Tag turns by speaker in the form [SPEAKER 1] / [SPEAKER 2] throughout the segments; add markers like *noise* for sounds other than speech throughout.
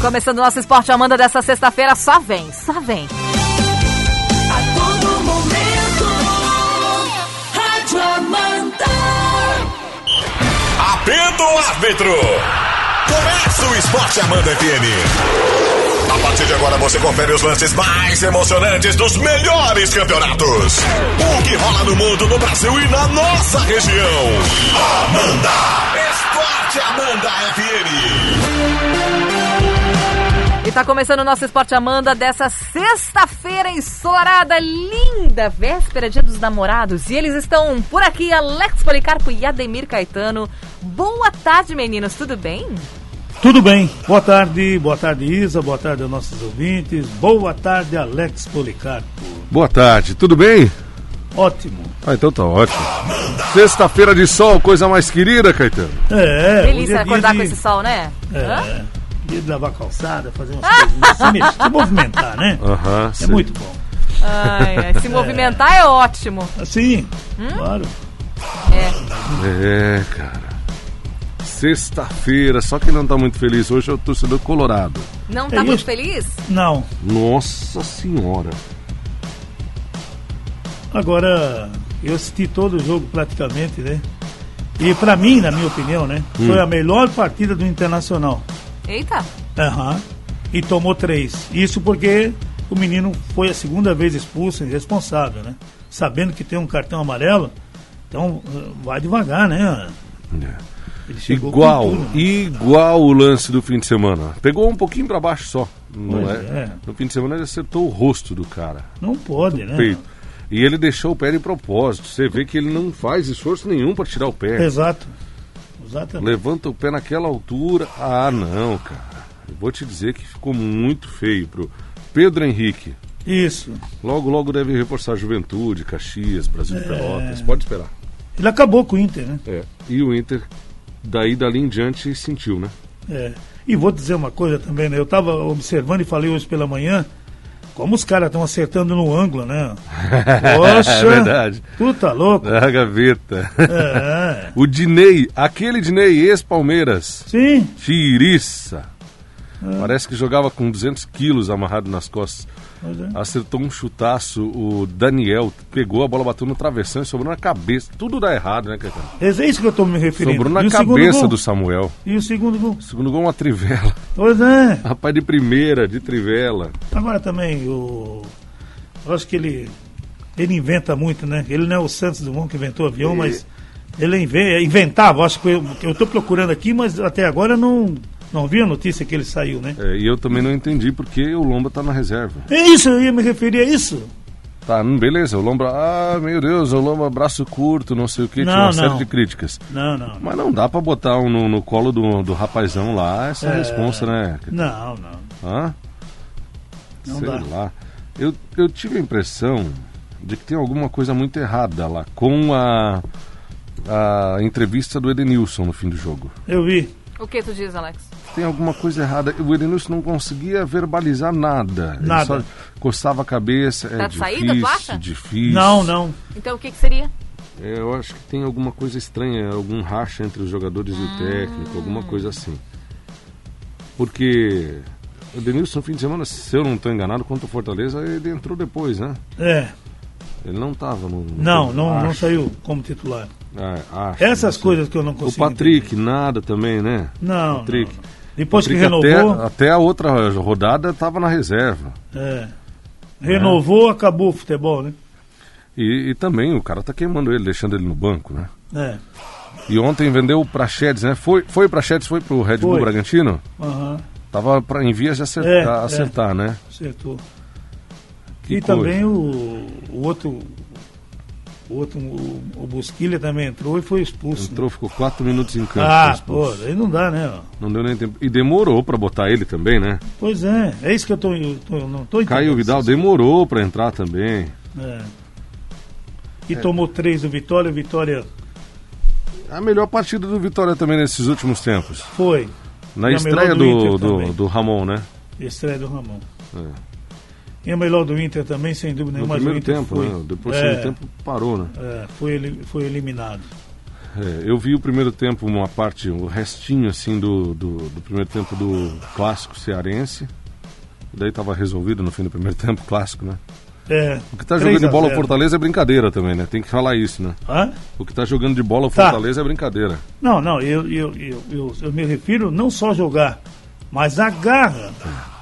[SPEAKER 1] Começando o nosso Esporte Amanda dessa sexta-feira, só vem, só vem.
[SPEAKER 2] A todo momento, Rádio Amanda.
[SPEAKER 3] Apita o árbitro! Começa o Esporte Amanda FM. A partir de agora você confere os lances mais emocionantes dos melhores campeonatos. O que rola no mundo, no Brasil e na nossa região. Amanda! Esporte Amanda FM.
[SPEAKER 1] E tá começando o nosso Esporte Amanda dessa sexta-feira ensolarada, linda, véspera, dia dos namorados. E eles estão por aqui, Alex Policarpo e Ademir Caetano. Boa tarde, meninos, tudo bem?
[SPEAKER 4] Tudo bem, boa tarde, boa tarde Isa, boa tarde aos nossos ouvintes, boa tarde Alex Policarpo.
[SPEAKER 5] Boa tarde, tudo bem?
[SPEAKER 4] Ótimo.
[SPEAKER 5] Ah, então tá ótimo. Sexta-feira de sol, coisa mais querida, Caetano.
[SPEAKER 1] É, Delícia é acordar de... com esse sol,
[SPEAKER 4] *laughs*
[SPEAKER 1] né?
[SPEAKER 4] É. Hã? Dia de lavar calçada, fazer umas
[SPEAKER 1] *laughs*
[SPEAKER 4] coisinhas, se, mexer, se movimentar, né?
[SPEAKER 5] Aham, uh -huh,
[SPEAKER 4] É muito bom.
[SPEAKER 1] Ai, ai, se movimentar é, é ótimo.
[SPEAKER 4] Sim, hum? claro.
[SPEAKER 1] É.
[SPEAKER 5] É, cara. Sexta-feira, só que não tá muito feliz hoje é o torcedor colorado.
[SPEAKER 1] Não tá é muito isso? feliz?
[SPEAKER 4] Não.
[SPEAKER 5] Nossa senhora.
[SPEAKER 4] Agora, eu assisti todo o jogo praticamente, né? E para mim, na minha opinião, né? Hum. Foi a melhor partida do Internacional.
[SPEAKER 1] Eita!
[SPEAKER 4] Aham. Uhum. E tomou três. Isso porque o menino foi a segunda vez expulso, irresponsável, né? Sabendo que tem um cartão amarelo, então vai devagar, né?
[SPEAKER 5] É. Igual, tudo, né? igual o lance do fim de semana. Pegou um pouquinho para baixo só. Não é. é. No fim de semana ele acertou o rosto do cara.
[SPEAKER 4] Não pode, né?
[SPEAKER 5] Peito. E ele deixou o pé de propósito. Você vê que ele não faz esforço nenhum para tirar o pé.
[SPEAKER 4] Exato. Exatamente.
[SPEAKER 5] Levanta o pé naquela altura. Ah, não, cara. Eu vou te dizer que ficou muito feio pro Pedro Henrique.
[SPEAKER 4] Isso.
[SPEAKER 5] Logo, logo deve reforçar a Juventude, Caxias, Brasil de é... Pelotas. Pode esperar.
[SPEAKER 4] Ele acabou com o Inter, né?
[SPEAKER 5] É. E o Inter, daí dali em diante, sentiu, né?
[SPEAKER 4] É. E vou dizer uma coisa também, né? Eu estava observando e falei hoje pela manhã. Como os caras estão acertando no ângulo, né?
[SPEAKER 5] Poxa! *laughs* é verdade.
[SPEAKER 4] Tu tá
[SPEAKER 5] *laughs*
[SPEAKER 4] louco?
[SPEAKER 5] Na gaveta. É. o Dinei, aquele Dinei, ex-Palmeiras.
[SPEAKER 4] Sim.
[SPEAKER 5] Tiriça. É. Parece que jogava com 200 quilos amarrado nas costas. É. Acertou um chutaço, o Daniel pegou a bola, bateu no travessão e sobrou na cabeça. Tudo dá errado, né, Caetano?
[SPEAKER 4] É isso que eu tô me referindo.
[SPEAKER 5] Sobrou na e cabeça do Samuel.
[SPEAKER 4] E o segundo gol? O
[SPEAKER 5] segundo gol é uma trivela. *laughs*
[SPEAKER 4] Pois é.
[SPEAKER 5] Rapaz de primeira, de trivela.
[SPEAKER 4] Agora também, o... eu acho que ele... ele inventa muito, né? Ele não é o Santos Dumont que inventou o
[SPEAKER 5] É.
[SPEAKER 4] avião, e... mas ele inventava. Acho que eu, eu tô procurando aqui, mas até agora não... Não vi a notícia que ele saiu, né?
[SPEAKER 5] É, e eu também não entendi porque o Lomba tá na reserva.
[SPEAKER 4] É isso, eu ia me referir a isso.
[SPEAKER 5] Tá, beleza, o Lomba. Ah, meu Deus, o Lomba braço curto, não sei o que, tinha uma não. série de críticas.
[SPEAKER 4] Não, não.
[SPEAKER 5] Mas não dá pra botar um no, no colo do, do rapazão lá essa é... responsa, né?
[SPEAKER 4] Não, não.
[SPEAKER 5] Hã?
[SPEAKER 4] Não
[SPEAKER 5] sei
[SPEAKER 4] dá.
[SPEAKER 5] lá. Eu, eu tive a impressão de que tem alguma coisa muito errada lá com a, a entrevista do Edenilson no fim do jogo.
[SPEAKER 4] Eu vi.
[SPEAKER 1] O que tu diz, Alex?
[SPEAKER 5] Tem alguma coisa errada. O Edenilson não conseguia verbalizar nada.
[SPEAKER 4] Nada. Ele
[SPEAKER 5] só coçava a cabeça. Tá é difícil, saída, tu acha? difícil.
[SPEAKER 4] Não, não.
[SPEAKER 1] Então o que, que seria?
[SPEAKER 5] É, eu acho que tem alguma coisa estranha, algum racha entre os jogadores hum. e o técnico, alguma coisa assim. Porque o Edenilson, no fim de semana, se eu não estou enganado, contra o Fortaleza, ele entrou depois, né?
[SPEAKER 4] É.
[SPEAKER 5] Ele não estava no, no.
[SPEAKER 4] Não, não, acho. não saiu como titular.
[SPEAKER 5] Ah, acho,
[SPEAKER 4] Essas coisas que eu não consigo.
[SPEAKER 5] O Patrick, entender. nada também, né?
[SPEAKER 4] Não.
[SPEAKER 5] Patrick.
[SPEAKER 4] Não, não. Depois Patrick que renovou.
[SPEAKER 5] Até, até, a outra rodada estava na reserva.
[SPEAKER 4] É. Renovou, é. acabou o futebol, né?
[SPEAKER 5] E, e também o cara está queimando ele, deixando ele no banco, né?
[SPEAKER 4] É.
[SPEAKER 5] E ontem vendeu o Praxedes, né? Foi, foi o Praxedes, foi pro Red foi. Bull Bragantino?
[SPEAKER 4] Aham. Uhum.
[SPEAKER 5] Tava pra, em vias de acertar, é, acertar né?
[SPEAKER 4] Acertou. Que e coisa. também o, o outro. O outro, o, o Busquilha também entrou e foi expulso.
[SPEAKER 5] Entrou, né? ficou quatro minutos em campo.
[SPEAKER 4] Ah, pô, aí não dá, né?
[SPEAKER 5] Não deu nem tempo. E demorou para botar ele também, né?
[SPEAKER 4] Pois é, é isso que eu, tô, eu tô eu não tô entendendo.
[SPEAKER 5] Caio Vidal demorou para entrar também.
[SPEAKER 4] É. E é. tomou três do Vitória, Vitória.
[SPEAKER 5] A melhor partida do Vitória também nesses últimos tempos.
[SPEAKER 4] Foi.
[SPEAKER 5] Na e estreia do, do, do, do, Ramon, né?
[SPEAKER 4] Estreia do Ramon. É. E a melhor do Inter também, sem dúvida nenhuma.
[SPEAKER 5] É. né? No primeiro tempo, foi, né? Depois do é, tempo parou, né?
[SPEAKER 4] É, foi, foi eliminado.
[SPEAKER 5] É, eu vi o primeiro tempo, uma parte, o restinho assim do, do, do primeiro tempo do clássico cearense. E daí estava resolvido no fim do primeiro *laughs* tempo, clássico, né?
[SPEAKER 4] É,
[SPEAKER 5] O que tá
[SPEAKER 4] 3
[SPEAKER 5] jogando de
[SPEAKER 4] a
[SPEAKER 5] bola o
[SPEAKER 4] 0.
[SPEAKER 5] Fortaleza é brincadeira também, né? Tem que falar isso, né?
[SPEAKER 4] Hã?
[SPEAKER 5] O que tá jogando de bola o
[SPEAKER 4] Tá.
[SPEAKER 5] Fortaleza é brincadeira.
[SPEAKER 4] Não, não, eu, eu, eu, eu, eu me refiro não só a jogar, mas a garra.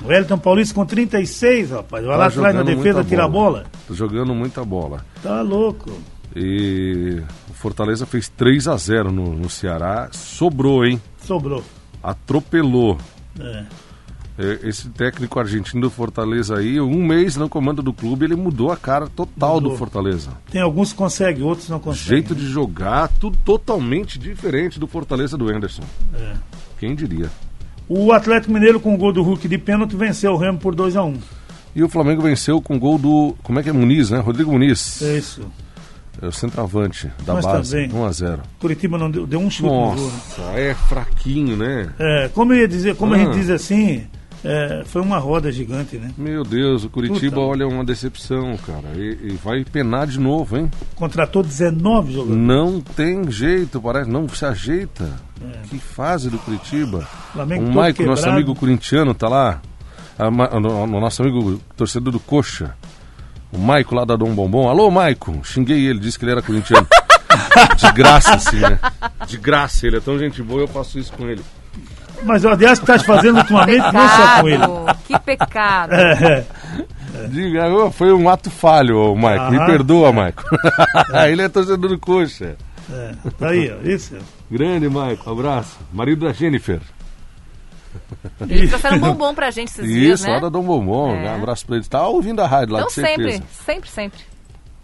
[SPEAKER 4] O Elton Paulista com 36, rapaz. Vai lá atrás na
[SPEAKER 5] Tá jogando
[SPEAKER 4] defesa,
[SPEAKER 5] muita
[SPEAKER 4] tira a bola.
[SPEAKER 5] Tá jogando muita bola.
[SPEAKER 4] Tá louco.
[SPEAKER 5] E o Fortaleza fez 3 a 0 no, no Ceará. Sobrou, hein?
[SPEAKER 4] Sobrou.
[SPEAKER 5] Atropelou.
[SPEAKER 4] É.
[SPEAKER 5] É, Esse técnico argentino do Fortaleza aí, um mês no comando do clube, ele mudou a cara total do
[SPEAKER 4] Mudou.
[SPEAKER 5] Fortaleza.
[SPEAKER 4] Tem alguns que conseguem, outros não conseguem.
[SPEAKER 5] Jeito de jogar, tudo totalmente diferente do Fortaleza do Anderson.
[SPEAKER 4] É.
[SPEAKER 5] Quem diria?
[SPEAKER 4] O Atlético Mineiro com o gol do Hulk de pênalti venceu o Remo por 2x1.
[SPEAKER 5] E o Flamengo venceu com gol do. Como é que é? Muniz, né? Rodrigo Muniz.
[SPEAKER 4] É isso.
[SPEAKER 5] É o centroavante da
[SPEAKER 4] Mas tá
[SPEAKER 5] base.
[SPEAKER 4] bem.
[SPEAKER 5] 1 a 0
[SPEAKER 4] Curitiba não deu, deu um chute no gol. né?
[SPEAKER 5] Nossa, é fraquinho, né?
[SPEAKER 4] É, como eu ia dizer, como a
[SPEAKER 5] Ah.
[SPEAKER 4] gente diz assim, é, foi uma roda gigante, né?
[SPEAKER 5] Meu Deus, o Curitiba,
[SPEAKER 4] Puta.
[SPEAKER 5] olha, é uma decepção, cara. E, e vai penar de novo, hein?
[SPEAKER 4] Contratou 19 jogadores.
[SPEAKER 5] Não tem jeito, parece. Não se ajeita. Que fase do Curitiba.
[SPEAKER 4] É. Flamengo
[SPEAKER 5] o
[SPEAKER 4] todo
[SPEAKER 5] Maico, nosso
[SPEAKER 4] quebrado.
[SPEAKER 5] amigo corintiano, tá lá. A ma- o no- o nosso amigo torcedor do Coxa. O Maico lá da Dom Bombom. Alô, Maico! Xinguei ele, disse que ele
[SPEAKER 4] *laughs*
[SPEAKER 5] era corintiano. De graça, assim, né? De graça, ele é tão gente boa, eu faço isso com ele.
[SPEAKER 4] Mas aliás, o que está fazendo ultimamente não só com ele.
[SPEAKER 1] Pecado, que pecado.
[SPEAKER 4] *laughs* É,
[SPEAKER 5] Diga, ô, foi um ato falho, ô, Maico. Me
[SPEAKER 4] Aham.
[SPEAKER 5] perdoa, Maico. *laughs* ele é torcedor do Coxa.
[SPEAKER 4] é, tá aí, ó, isso.
[SPEAKER 5] Grande, Maico. Abraço. Marido da Jennifer.
[SPEAKER 1] Eles trouxeram um bombom pra gente esses dias,
[SPEAKER 5] Isso,
[SPEAKER 1] né?
[SPEAKER 5] lá da Dom Bombom.
[SPEAKER 1] É.
[SPEAKER 5] Um abraço pra ele. Tá ouvindo a rádio lá,
[SPEAKER 1] Então
[SPEAKER 5] de certeza.
[SPEAKER 1] sempre, sempre, sempre.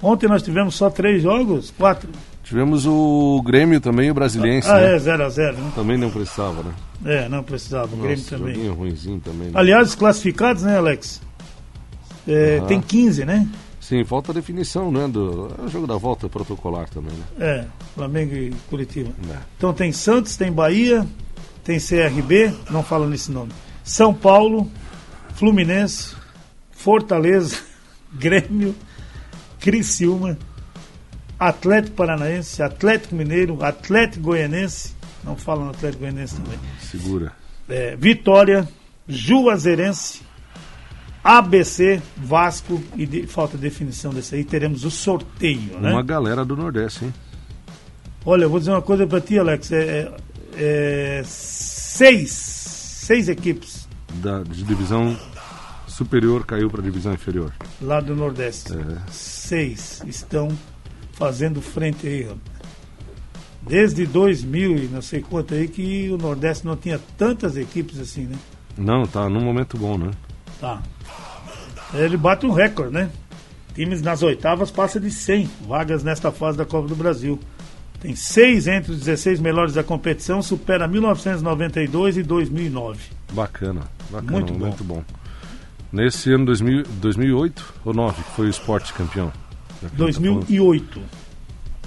[SPEAKER 4] Ontem nós tivemos só três jogos, quatro.
[SPEAKER 5] Tivemos o Grêmio também, o Brasiliense,
[SPEAKER 4] Ah,
[SPEAKER 5] né?
[SPEAKER 4] é, 0x0. Zero a zero, né?
[SPEAKER 5] Também não precisava, né?
[SPEAKER 4] É, não precisava, o Grêmio
[SPEAKER 5] Nossa,
[SPEAKER 4] também.
[SPEAKER 5] joguinho ruimzinho também. né?
[SPEAKER 4] Aliás, os classificados, né, Alex? É, Tem 15, né?
[SPEAKER 5] Sim, falta definição, né? Do... É o jogo da volta protocolar também, né?
[SPEAKER 4] É, Flamengo e Curitiba.
[SPEAKER 5] É.
[SPEAKER 4] Então tem Santos, tem Bahia, tem CRB, não fala nesse nome. São Paulo, Fluminense, Fortaleza, *laughs* Grêmio, Criciúma, Atlético Paranaense, Atlético Mineiro, Atlético Goianense, não fala no Atlético Goianense também.
[SPEAKER 5] Segura.
[SPEAKER 4] É, Vitória, Juazeirense, ABC, Vasco e de- falta definição desse aí, teremos o sorteio, né?
[SPEAKER 5] Uma galera do Nordeste, hein?
[SPEAKER 4] Olha, eu vou dizer uma coisa pra ti, Alex. É, é- é seis, seis equipes
[SPEAKER 5] Da, de divisão superior caiu pra divisão inferior.
[SPEAKER 4] lá do Nordeste.
[SPEAKER 5] É.
[SPEAKER 4] Seis estão fazendo frente aí. ó. Desde 2000 e não sei quanto aí que o Nordeste não tinha tantas equipes assim, né?
[SPEAKER 5] Não, tá num momento bom, né?
[SPEAKER 4] Tá. Ele bate um recorde, né? Times nas oitavas passa de 100 vagas nesta fase da Copa do Brasil. Tem seis entre os 16 melhores da competição, supera 1992 e 2009.
[SPEAKER 5] Bacana. Bacana,
[SPEAKER 4] Muito
[SPEAKER 5] um
[SPEAKER 4] bom.
[SPEAKER 5] momento bom. Nesse ano 2000, 2008 ou 2009 que foi o esporte campeão? Já que a gente tá falando.
[SPEAKER 4] 2008.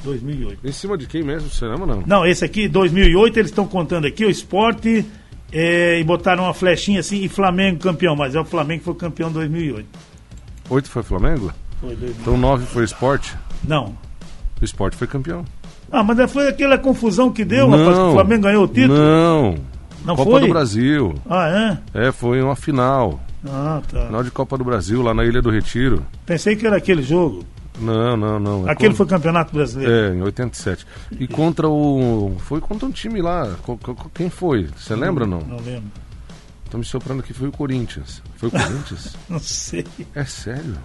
[SPEAKER 4] 2008.
[SPEAKER 5] Em cima de quem mesmo? Você lembra, não?
[SPEAKER 4] Não, esse aqui, 2008, eles estão contando aqui, o esporte, eh, e botaram uma flechinha assim, e Flamengo campeão, mas é o Flamengo que foi campeão em 2008.
[SPEAKER 5] Oito foi Flamengo?
[SPEAKER 4] Foi 2008.
[SPEAKER 5] Então nove foi esporte?
[SPEAKER 4] Não.
[SPEAKER 5] O esporte foi campeão.
[SPEAKER 4] Ah, mas foi aquela confusão que deu, rapaz, que o Flamengo ganhou o título.
[SPEAKER 5] Não.
[SPEAKER 4] Não
[SPEAKER 5] Copa
[SPEAKER 4] foi?
[SPEAKER 5] do Brasil.
[SPEAKER 4] Ah, é?
[SPEAKER 5] É, foi uma final.
[SPEAKER 4] Ah, tá.
[SPEAKER 5] Final de Copa do Brasil, lá na Ilha do Retiro.
[SPEAKER 4] Pensei que era aquele jogo.
[SPEAKER 5] Não, não, não. É
[SPEAKER 4] Aquele
[SPEAKER 5] contra-
[SPEAKER 4] foi campeonato brasileiro.
[SPEAKER 5] É, em 87. E contra o. Foi contra um time lá. Co- co- co- Quem foi? Você lembra ou não?
[SPEAKER 4] Não lembro.
[SPEAKER 5] Tô me soprando que foi o Corinthians. Foi
[SPEAKER 4] *laughs*
[SPEAKER 5] o Corinthians?
[SPEAKER 4] Não sei.
[SPEAKER 5] é sério?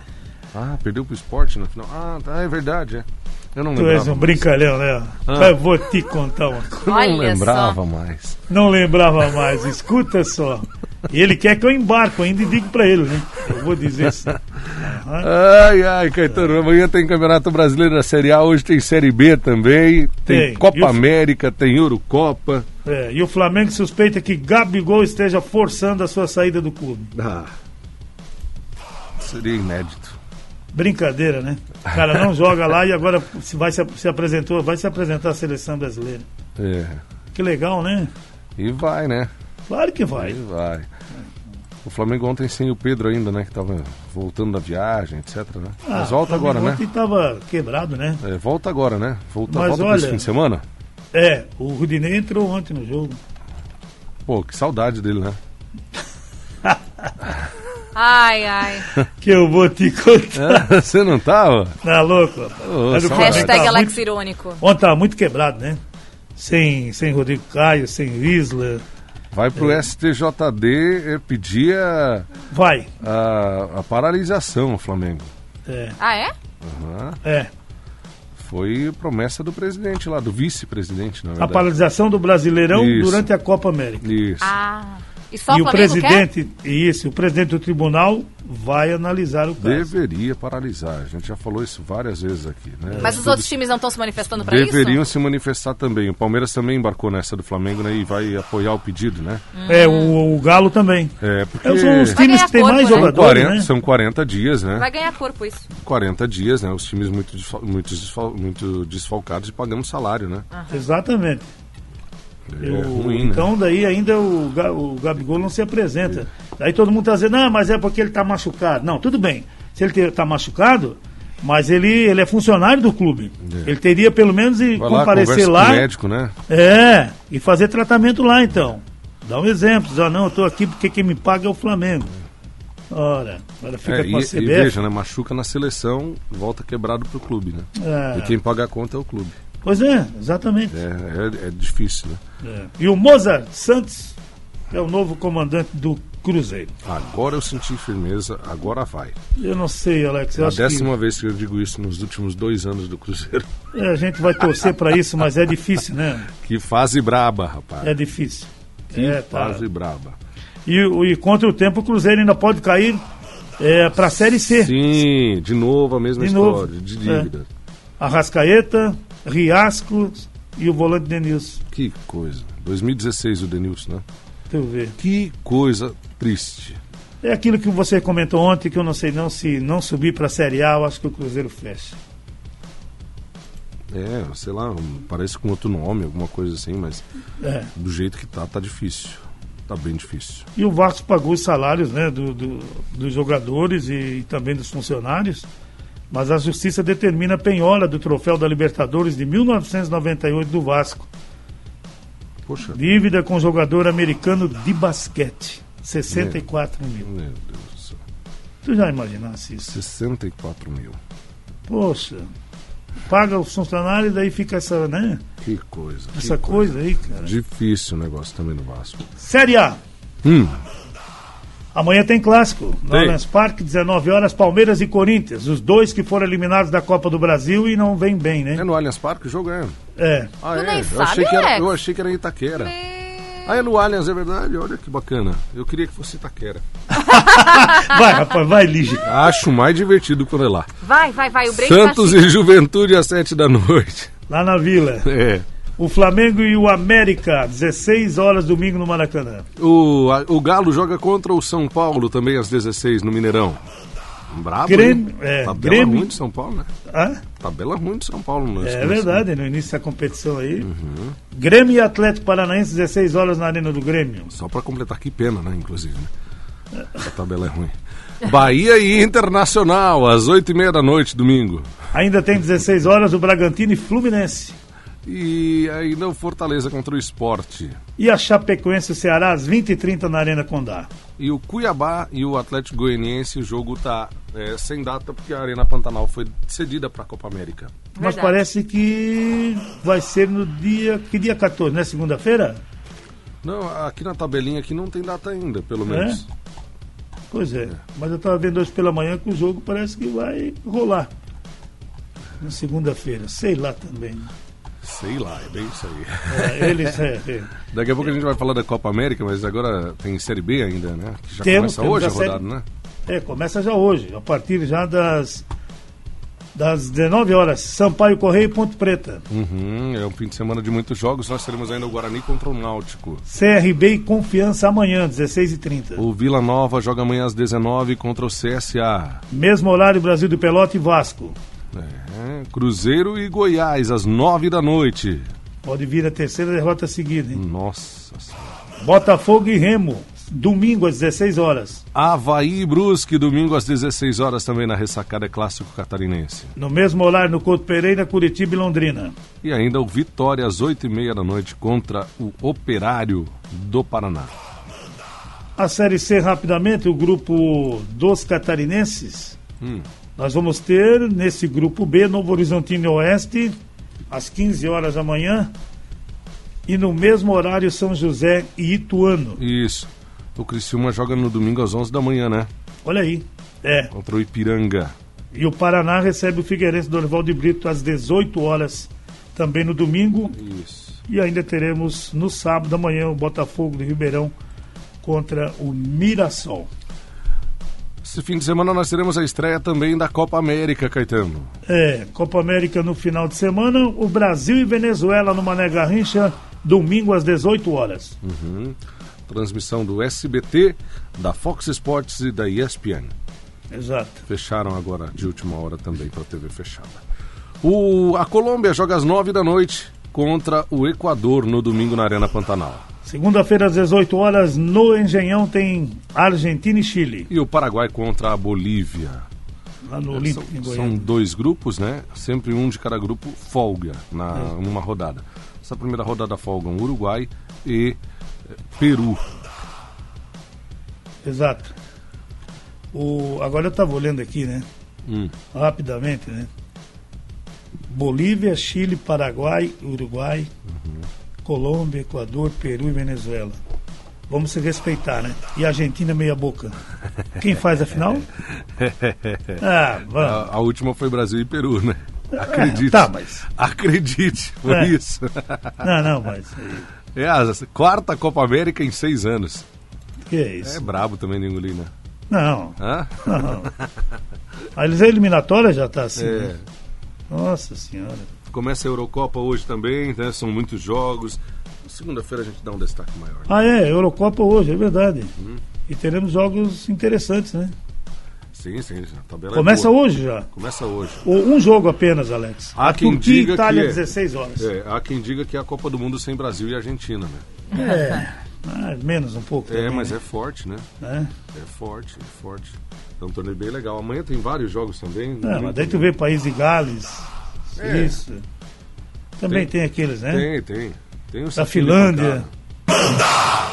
[SPEAKER 5] Ah, perdeu pro esporte na final. Ah, tá, é verdade, é. Eu não
[SPEAKER 4] Tu
[SPEAKER 5] lembrava.
[SPEAKER 4] és um brincalhão, né?
[SPEAKER 5] Ah.
[SPEAKER 4] Eu vou te contar uma coisa.
[SPEAKER 5] Eu não
[SPEAKER 1] Olha
[SPEAKER 5] lembrava mais.
[SPEAKER 4] Não lembrava mais. Escuta só. E ele quer que eu embarco ainda e digo pra ele, né? Eu vou dizer isso.
[SPEAKER 5] Ai, ai, Caetano, amanhã tem Campeonato Brasileiro da Série A, hoje tem Série B também, tem,
[SPEAKER 4] Tem.
[SPEAKER 5] Copa
[SPEAKER 4] E o-
[SPEAKER 5] América, tem Eurocopa.
[SPEAKER 4] É, e o Flamengo suspeita que Gabigol esteja forçando a sua saída do clube.
[SPEAKER 5] Ah, seria inédito.
[SPEAKER 4] Brincadeira, né? O cara não joga lá e agora se vai se, ap- se apresentou, vai se apresentar à seleção brasileira.
[SPEAKER 5] É.
[SPEAKER 4] Que legal, né?
[SPEAKER 5] E vai, né?
[SPEAKER 4] Claro que
[SPEAKER 5] E
[SPEAKER 4] vai.
[SPEAKER 5] vai. O Flamengo ontem sem o Pedro ainda, né? Que tava voltando da viagem, etc. né? Mas volta
[SPEAKER 4] Ah,
[SPEAKER 5] agora, né?
[SPEAKER 4] Ontem tava quebrado, né?
[SPEAKER 5] É, volta agora, né? Volta,
[SPEAKER 4] Mas
[SPEAKER 5] volta pra esse
[SPEAKER 4] olha-
[SPEAKER 5] fim de semana?
[SPEAKER 4] É, o Rudinei entrou ontem no jogo.
[SPEAKER 5] Pô, que saudade dele, né? *laughs*
[SPEAKER 1] Ai,
[SPEAKER 5] *laughs*
[SPEAKER 1] ai.
[SPEAKER 4] Que eu vou te contar.
[SPEAKER 5] É, Você não tava?
[SPEAKER 4] Tá louco? rapaz? Mas
[SPEAKER 5] Ô,
[SPEAKER 4] o
[SPEAKER 5] saudade.
[SPEAKER 4] Flamengo
[SPEAKER 1] Hashtag
[SPEAKER 4] tava
[SPEAKER 1] Alex
[SPEAKER 4] muito-
[SPEAKER 1] Irônico.
[SPEAKER 4] Ontem tava muito quebrado, né? Sem, sem Rodrigo Caio, sem Isla.
[SPEAKER 5] Vai pro
[SPEAKER 4] É.
[SPEAKER 5] STJD eh, pedir a,
[SPEAKER 4] Vai.
[SPEAKER 5] a, a paralisação, o Flamengo.
[SPEAKER 4] É,
[SPEAKER 1] Ah, é?
[SPEAKER 4] é.
[SPEAKER 5] Foi promessa do presidente lá, do vice-presidente, na
[SPEAKER 4] A
[SPEAKER 5] verdade.
[SPEAKER 4] paralisação do Brasileirão
[SPEAKER 5] Isso.
[SPEAKER 4] durante a Copa América.
[SPEAKER 5] Isso.
[SPEAKER 1] Ah. E só
[SPEAKER 4] e
[SPEAKER 1] o
[SPEAKER 4] o
[SPEAKER 1] Flamengo quer?
[SPEAKER 4] presidente, isso, o presidente do tribunal vai analisar o caso.
[SPEAKER 5] Deveria paralisar. A gente já falou isso várias vezes aqui, né?
[SPEAKER 1] Mas os outros times não estão se manifestando pra
[SPEAKER 5] Deveriam
[SPEAKER 1] isso?
[SPEAKER 5] se manifestar também. O Palmeiras também embarcou nessa do Flamengo, né? E vai apoiar o pedido, né?
[SPEAKER 1] Hum.
[SPEAKER 4] É, o, o Galo também.
[SPEAKER 5] É, porque
[SPEAKER 4] É, São os
[SPEAKER 5] são
[SPEAKER 4] times
[SPEAKER 1] ganhar
[SPEAKER 4] que tem
[SPEAKER 1] corpo,
[SPEAKER 4] mais
[SPEAKER 1] né?
[SPEAKER 4] jogadores,
[SPEAKER 5] 40,
[SPEAKER 4] né?
[SPEAKER 5] são 40 dias, né?
[SPEAKER 1] Vai ganhar corpo isso.
[SPEAKER 5] 40 dias, né? Os times muito, desfal- muito, desfal- muito desfalcados e pagando salário, né?
[SPEAKER 1] Ah.
[SPEAKER 4] Exatamente.
[SPEAKER 5] É
[SPEAKER 4] O-
[SPEAKER 5] ruim, né?
[SPEAKER 4] então daí ainda o, Ga- o Gabigol não se apresenta. Daí todo mundo tá dizendo, não, mas é porque ele tá machucado. Não, tudo bem. Se ele te- tá machucado, mas ele, ele é funcionário do clube. Ele teria pelo menos de
[SPEAKER 5] É. Vai lá,
[SPEAKER 4] comparecer
[SPEAKER 5] conversa
[SPEAKER 4] lá.
[SPEAKER 5] com o médico, né?
[SPEAKER 4] É, e fazer tratamento lá então. Dá um exemplo, diz, ah, não, eu tô aqui porque quem me paga é o Flamengo. Ora, agora fica
[SPEAKER 5] É, e,
[SPEAKER 4] com a
[SPEAKER 5] e
[SPEAKER 4] CBF.
[SPEAKER 5] veja, né? Machuca na seleção, volta quebrado pro clube, né?
[SPEAKER 4] É.
[SPEAKER 5] E quem paga a conta é o clube.
[SPEAKER 4] Pois é, exatamente.
[SPEAKER 5] É, é, é difícil, né?
[SPEAKER 4] É. E o Mozart Santos é o novo comandante do Cruzeiro.
[SPEAKER 5] Agora eu senti firmeza, agora vai.
[SPEAKER 4] Eu não sei, Alex. Eu
[SPEAKER 5] É a
[SPEAKER 4] acho
[SPEAKER 5] décima vez que eu digo isso nos últimos dois anos do Cruzeiro. *laughs*
[SPEAKER 4] que é, a gente vai torcer pra isso, mas é difícil, né?
[SPEAKER 5] Que fase braba, rapaz.
[SPEAKER 4] É difícil.
[SPEAKER 5] que
[SPEAKER 4] é, tá.
[SPEAKER 5] fase braba.
[SPEAKER 4] E, o- e contra o tempo, o Cruzeiro ainda pode cair é, para a Série C.
[SPEAKER 5] Sim, de novo a mesma
[SPEAKER 4] De novo. É.
[SPEAKER 5] história, de dívida.
[SPEAKER 4] Arrascaeta, Riasco e o volante Denilson.
[SPEAKER 5] Que coisa. 2016 o Denilson, né?
[SPEAKER 4] Deixa eu ver.
[SPEAKER 5] Que coisa triste.
[SPEAKER 4] É aquilo que você comentou ontem, que eu não sei não, se não subir pra Série A, eu acho que o Cruzeiro fecha.
[SPEAKER 5] É, sei lá, um- parece com outro nome, alguma coisa assim, mas
[SPEAKER 4] É.
[SPEAKER 5] do jeito que tá, tá difícil. Tá bem difícil.
[SPEAKER 4] E o Vasco pagou os salários né, do, do- dos jogadores e, também dos funcionários, mas a justiça determina a penhora do troféu da Libertadores de 1998 do Vasco.
[SPEAKER 5] Poxa,
[SPEAKER 4] Dívida com jogador americano de basquete. 64 mil.
[SPEAKER 5] meu Deus do céu.
[SPEAKER 4] Tu já imaginasse isso?
[SPEAKER 5] 64 mil.
[SPEAKER 4] Poxa, paga os funcionários e daí fica essa, né,
[SPEAKER 5] Que coisa. que
[SPEAKER 4] essa coisa aí, cara.
[SPEAKER 5] Difícil o negócio também no Vasco.
[SPEAKER 4] Série A.
[SPEAKER 5] Hum,
[SPEAKER 4] Amanhã tem clássico. No
[SPEAKER 5] Tem.
[SPEAKER 4] Allianz Parque, 19 horas, Palmeiras e Corinthians. Os dois que foram eliminados da Copa do Brasil e não vem bem,
[SPEAKER 5] é
[SPEAKER 4] né?
[SPEAKER 5] no Allianz Parque o jogo é.
[SPEAKER 4] É.
[SPEAKER 5] Ah,
[SPEAKER 1] Tu
[SPEAKER 5] é?
[SPEAKER 1] nem
[SPEAKER 5] eu,
[SPEAKER 1] sabe,
[SPEAKER 5] achei que era,
[SPEAKER 1] Alex.
[SPEAKER 5] eu achei que era em Itaquera. Ah, é no Allianz, é verdade? Olha que bacana. Eu queria que fosse Itaquera.
[SPEAKER 4] Vai, rapaz, vai, Lígia.
[SPEAKER 5] Acho mais divertido quando é lá.
[SPEAKER 1] Vai, vai, vai. O break
[SPEAKER 5] Santos
[SPEAKER 1] tá
[SPEAKER 5] e Juventude às 7 da noite. *laughs*
[SPEAKER 4] Lá na Vila.
[SPEAKER 5] É.
[SPEAKER 4] O Flamengo e o América, 16 horas, domingo no Maracanã.
[SPEAKER 5] O, a- o Galo joga contra o São Paulo também às 16 no Mineirão. Brabo,
[SPEAKER 4] Grêmio-
[SPEAKER 5] hein?
[SPEAKER 4] é,
[SPEAKER 5] Tabela
[SPEAKER 4] Grêmio-
[SPEAKER 5] ruim de São Paulo, né?
[SPEAKER 4] Hã?
[SPEAKER 5] Tabela ruim de São Paulo. né? Não
[SPEAKER 4] É verdade, no início da competição aí. Grêmio e Atlético Paranaense, 16 horas na Arena do Grêmio.
[SPEAKER 5] Só pra completar, que pena, né? Inclusive, né? A tabela é ruim. Bahia e Internacional, às 8 e meia da noite, domingo.
[SPEAKER 4] Ainda tem 16 horas o Bragantino e Fluminense.
[SPEAKER 5] E ainda o Fortaleza contra o Esporte.
[SPEAKER 4] E a Chapecoense e o Ceará, às 20h30 na Arena Condá.
[SPEAKER 5] E o Cuiabá e o Atlético Goianiense, o jogo tá é, sem data porque a Arena Pantanal foi cedida para a Copa América.
[SPEAKER 4] Mas
[SPEAKER 1] Verdade.
[SPEAKER 4] parece que vai ser no dia. Que dia 14, né? Segunda-feira?
[SPEAKER 5] Não, aqui na tabelinha aqui não tem data ainda, pelo menos.
[SPEAKER 4] É? Pois é. Mas eu estava vendo hoje pela manhã que o jogo parece que vai rolar. Na segunda-feira. Sei lá também.
[SPEAKER 5] Sei lá, é bem isso aí. *laughs*
[SPEAKER 4] É, eles. É, é.
[SPEAKER 5] Daqui a pouco a gente vai falar da Copa América, mas agora tem Série B ainda, né? Que já
[SPEAKER 4] Temos,
[SPEAKER 5] começa
[SPEAKER 4] temos
[SPEAKER 5] hoje a
[SPEAKER 4] a Série-
[SPEAKER 5] rodada, né?
[SPEAKER 4] É, começa já hoje, a partir já das. Das 19 horas, Sampaio Correia e Ponte Preta.
[SPEAKER 5] Uhum, é um fim de semana de muitos jogos. Nós teremos ainda o Guarani contra o Náutico.
[SPEAKER 4] CRB e Confiança amanhã, 16h30.
[SPEAKER 5] O Vila Nova joga amanhã às 19 contra o CSA.
[SPEAKER 4] Mesmo horário, Brasil do Pelota e Vasco.
[SPEAKER 5] É, Cruzeiro e Goiás às 9 da noite.
[SPEAKER 4] Pode vir a terceira derrota seguida, hein?
[SPEAKER 5] Nossa Senhora.
[SPEAKER 4] Botafogo e Remo, Domingo às 16 horas.
[SPEAKER 5] Havaí e Brusque, domingo às 16 horas também na Ressacada é Clássico Catarinense.
[SPEAKER 4] No mesmo horário, no Couto Pereira, Curitiba e Londrina.
[SPEAKER 5] E ainda o Vitória às 8h30 da noite contra o Operário do Paraná.
[SPEAKER 4] A Série C, rapidamente, o grupo dos catarinenses. Hum. Nós vamos ter nesse grupo B, Novo Horizontino Oeste, às 15 horas da manhã. E no mesmo horário, São José e Ituano.
[SPEAKER 5] Isso. O Criciúma joga no domingo às 11 da manhã, né?
[SPEAKER 4] Olha aí. É.
[SPEAKER 5] Contra o Ipiranga.
[SPEAKER 4] E o Paraná recebe o Figueirense do Orival de Brito às 18 horas, também no domingo. Isso. E ainda teremos no sábado da manhã o Botafogo de Ribeirão contra o Mirassol.
[SPEAKER 5] Esse fim de semana nós teremos a estreia também da Copa América, Caetano.
[SPEAKER 4] É, Copa América no final de semana, o Brasil e Venezuela no Mané Garrincha, domingo às 18 horas.
[SPEAKER 5] Uhum transmissão do SBT, da Fox Sports e da ESPN.
[SPEAKER 4] Exato.
[SPEAKER 5] Fecharam agora de última hora também para a TV fechada. O, a Colômbia joga às nove da noite contra o Equador no domingo na Arena Pantanal.
[SPEAKER 4] Segunda-feira, às 18 horas, no Engenhão tem Argentina e Chile.
[SPEAKER 5] E o Paraguai contra a Bolívia.
[SPEAKER 4] Lá no Olímpico, são,
[SPEAKER 5] É, são dois grupos, né? Sempre um de cada grupo folga na, é. numa rodada. Essa primeira rodada folgam Uruguai e eh, Peru.
[SPEAKER 4] Exato. O, agora eu estava olhando aqui, né? Hum. Rapidamente, né? Bolívia, Chile, Paraguai, Uruguai, uhum. Colômbia, Equador, Peru e Venezuela. Vamos se respeitar, né? E a Argentina meia boca. Quem faz a *laughs* final?
[SPEAKER 5] ah, vamos. A, a, última foi Brasil e Peru, né? Acredite. É,
[SPEAKER 4] tá, mas...
[SPEAKER 5] Acredite, foi é. isso.
[SPEAKER 4] não, não, mas...
[SPEAKER 5] É a quarta Copa América em seis anos.
[SPEAKER 4] Que é isso?
[SPEAKER 5] É brabo também de engolir, né?
[SPEAKER 4] Não. Hã? Não. Mas a eliminatória já tá assim. É. Né? Nossa Senhora.
[SPEAKER 5] Começa a Eurocopa hoje também, né? São muitos jogos. Segunda-feira a gente dá um destaque maior.
[SPEAKER 4] Ah, é, Eurocopa hoje, é verdade.
[SPEAKER 5] Uhum.
[SPEAKER 4] Hum. E teremos jogos interessantes, né?
[SPEAKER 5] Sim, sim, a tabela
[SPEAKER 4] Começa
[SPEAKER 5] é
[SPEAKER 4] hoje já.
[SPEAKER 5] Começa hoje.
[SPEAKER 4] um jogo apenas, Alex.
[SPEAKER 5] Há a quem Turquia, diga
[SPEAKER 4] Itália,
[SPEAKER 5] que
[SPEAKER 4] é, 16 horas.
[SPEAKER 5] É, há quem diga que é a Copa do Mundo sem Brasil e Argentina,
[SPEAKER 4] né? É, menos um pouco.
[SPEAKER 5] É, também, mas né? é forte, né? É, é forte, é forte. É um torneio bem legal. Amanhã tem vários jogos também.
[SPEAKER 4] É, mas daí tu vê País de Gales, é. isso. Também tem, tem, aqueles, né?
[SPEAKER 5] Tem, tem. Tem o
[SPEAKER 4] Da Finlândia.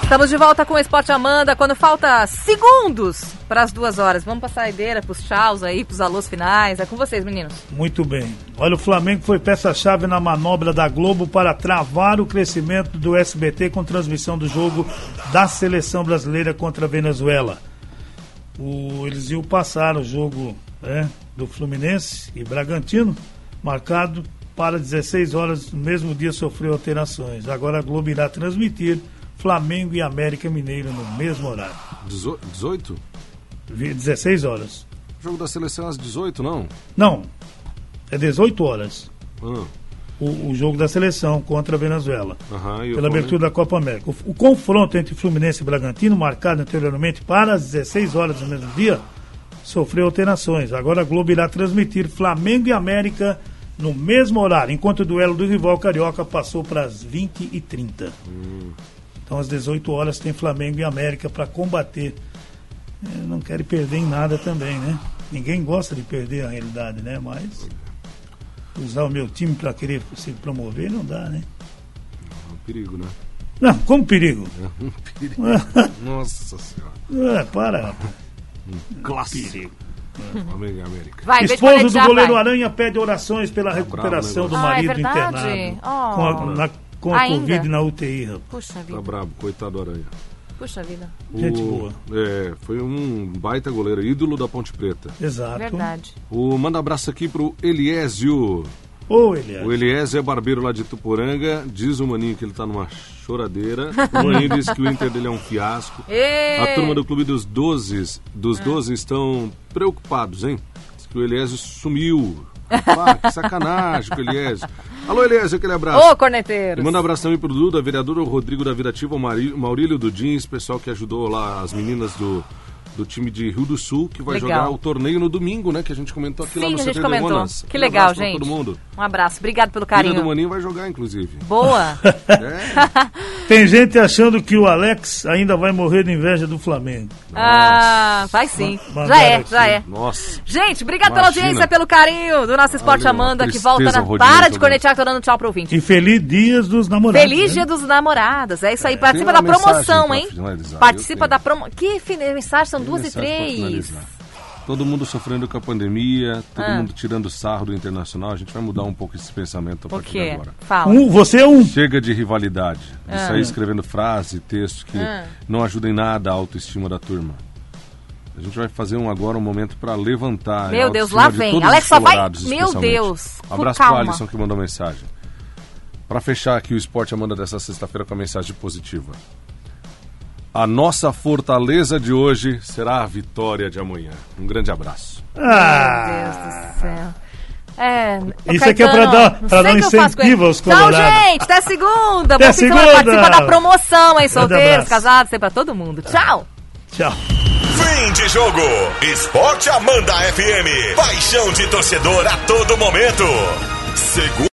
[SPEAKER 1] Estamos de volta com o Esporte Amanda, quando falta segundos para as duas horas. Vamos para a saideira, para os tchauz aí, para os alôs finais. É com vocês, meninos.
[SPEAKER 4] Muito bem. Olha, o Flamengo foi peça-chave na manobra da Globo para travar o crescimento do SBT com transmissão do jogo da seleção brasileira contra a Venezuela. O, eles iam passar o jogo né, do Fluminense e Bragantino, marcado para 16 horas, no mesmo dia sofreu alterações. Agora a Globo irá transmitir Flamengo e América Mineiro no mesmo horário.
[SPEAKER 5] Dezo 18?
[SPEAKER 4] 16 horas.
[SPEAKER 5] O jogo da seleção às 18, não?
[SPEAKER 4] Não. É 18 horas. Ah. O, o, jogo da seleção contra a Venezuela.
[SPEAKER 5] Aham,
[SPEAKER 4] pela abertura da Copa América. O, o, confronto entre Fluminense e Bragantino, marcado anteriormente para as 16 horas do mesmo dia, sofreu alterações. Agora a Globo irá transmitir Flamengo e América no mesmo horário, enquanto o duelo do rival carioca passou para as 20h30. Hum. Então, às 18 horas, tem Flamengo e América para combater. Eu não querem perder em nada também, né? Ninguém gosta de perder a realidade, né? Mas usar o meu time para querer se promover não dá, né?
[SPEAKER 5] É um perigo, né?
[SPEAKER 4] Não, como perigo?
[SPEAKER 5] É um perigo. Nossa
[SPEAKER 4] Senhora. É, para, rapaz.
[SPEAKER 5] Um clássico. Perigo.
[SPEAKER 4] Uhum.
[SPEAKER 5] Flamengo América.
[SPEAKER 1] Vai,
[SPEAKER 4] Esposo do goleiro
[SPEAKER 1] vai.
[SPEAKER 4] Aranha pede orações pela ah, recuperação bravo, do marido
[SPEAKER 1] ah, é
[SPEAKER 4] internado. Oh. Com a, na, com a
[SPEAKER 1] Ainda?
[SPEAKER 4] Covid na UTI, rapaz.
[SPEAKER 1] Puxa vida.
[SPEAKER 5] Tá brabo, coitado do Aranha.
[SPEAKER 1] Puxa vida.
[SPEAKER 5] O,
[SPEAKER 4] Gente boa.
[SPEAKER 5] É, foi um baita goleiro, ídolo da Ponte Preta.
[SPEAKER 4] Exato.
[SPEAKER 1] Verdade.
[SPEAKER 5] O, manda abraço aqui pro Eliésio.
[SPEAKER 4] Ô, Eliésio.
[SPEAKER 5] O Eliésio é barbeiro lá de Tuporanga. Diz o maninho que ele tá numa choradeira. O maninho diz que o Inter dele é um fiasco.
[SPEAKER 1] Ei!
[SPEAKER 5] A turma do clube dos 12, dos 12 estão preocupados, hein? Diz que o Eliésio sumiu. Pá, que sacanagem com o Eliésio. Alô, Elias, aquele abraço.
[SPEAKER 1] Ô, corneteiro.
[SPEAKER 5] Manda um abraço também pro Duda, vereador Rodrigo da Virativa, o Maurílio do Jeans, pessoal que ajudou lá as meninas do do time de Rio do Sul, que vai
[SPEAKER 1] Legal.
[SPEAKER 5] jogar o torneio no domingo, né? Que a gente comentou aqui lá
[SPEAKER 1] Sim,
[SPEAKER 5] no
[SPEAKER 1] a gente
[SPEAKER 5] CT
[SPEAKER 1] comentou.
[SPEAKER 5] Leonas.
[SPEAKER 1] Que
[SPEAKER 5] Um
[SPEAKER 1] legal,
[SPEAKER 5] abraço pra
[SPEAKER 1] gente.
[SPEAKER 5] todo mundo.
[SPEAKER 1] Um abraço. Obrigado pelo
[SPEAKER 5] Filha do
[SPEAKER 1] carinho.
[SPEAKER 5] Maninho vai jogar, inclusive.
[SPEAKER 4] *laughs*
[SPEAKER 1] Boa.
[SPEAKER 5] É.
[SPEAKER 4] Tem gente achando que o Alex ainda vai morrer de inveja do Flamengo.
[SPEAKER 1] ah, vai sim.
[SPEAKER 4] Ma-
[SPEAKER 1] Já é,
[SPEAKER 4] mandaram
[SPEAKER 1] já
[SPEAKER 4] aqui.
[SPEAKER 1] é.
[SPEAKER 5] Nossa.
[SPEAKER 1] Gente, obrigado pela
[SPEAKER 5] Imagina.
[SPEAKER 1] audiência, pelo carinho do nosso Esporte
[SPEAKER 5] Olha,
[SPEAKER 1] Amanda,
[SPEAKER 5] uma
[SPEAKER 1] que volta
[SPEAKER 5] tristeza,
[SPEAKER 1] na...
[SPEAKER 5] Rodrigo,
[SPEAKER 1] Para de
[SPEAKER 5] também.
[SPEAKER 1] conectar, tô dando tchau pro ouvinte.
[SPEAKER 4] E feliz dias dos namorados.
[SPEAKER 1] Feliz
[SPEAKER 4] né?
[SPEAKER 1] Dia dos Namorados. É isso aí. Participa
[SPEAKER 5] uma
[SPEAKER 1] da promoção,
[SPEAKER 5] mensagem
[SPEAKER 1] hein?
[SPEAKER 5] pra finalizar.
[SPEAKER 1] Participa
[SPEAKER 5] Eu tenho.
[SPEAKER 1] da promoção. Que fine- mensagem? São duas e
[SPEAKER 5] Mensagem pra
[SPEAKER 1] três.
[SPEAKER 5] finalizar. Todo mundo sofrendo com a pandemia, todo
[SPEAKER 1] Ah.
[SPEAKER 5] mundo tirando sarro do internacional. A gente vai mudar um pouco esse pensamento a
[SPEAKER 1] O
[SPEAKER 5] partir de
[SPEAKER 1] quê?
[SPEAKER 5] agora.
[SPEAKER 1] Fala.
[SPEAKER 4] Um, você é um.
[SPEAKER 5] Chega de rivalidade,
[SPEAKER 1] Ah.
[SPEAKER 5] de sair escrevendo frase, texto que não ajuda em nada a autoestima da turma. A gente vai fazer um agora um momento para levantar. a
[SPEAKER 1] Meu Deus,
[SPEAKER 5] autoestima
[SPEAKER 1] lá
[SPEAKER 5] de
[SPEAKER 1] vem.
[SPEAKER 5] todos os
[SPEAKER 1] Alex, só vai-
[SPEAKER 5] colorados,
[SPEAKER 1] Meu
[SPEAKER 5] especialmente.
[SPEAKER 1] Deus, com
[SPEAKER 5] Abraço
[SPEAKER 1] calma.
[SPEAKER 5] para Alisson que mandou mensagem. Para fechar aqui o Esporte Amanda dessa sexta-feira com a mensagem positiva. A nossa fortaleza de hoje será a vitória de amanhã. Um grande abraço.
[SPEAKER 4] Ah,
[SPEAKER 1] Meu Deus do céu. É, ô,
[SPEAKER 4] Isso aqui é pra
[SPEAKER 1] Caetano,
[SPEAKER 4] dar-
[SPEAKER 1] não sei
[SPEAKER 4] pra dar um
[SPEAKER 1] que eu faço com
[SPEAKER 4] incentivo
[SPEAKER 1] ele.
[SPEAKER 4] aos
[SPEAKER 1] Tchau,
[SPEAKER 4] colorados.
[SPEAKER 1] gente. Até segunda.
[SPEAKER 4] Até
[SPEAKER 1] Boa fim de semana.
[SPEAKER 4] segunda.
[SPEAKER 1] Participa da promoção, hein? Solteiros,
[SPEAKER 4] abraço.
[SPEAKER 1] casados, tem pra todo mundo. Tchau.
[SPEAKER 4] tchau.
[SPEAKER 3] Fim de jogo. Esporte Amanda FM. Paixão de torcedor a todo momento. Segunda.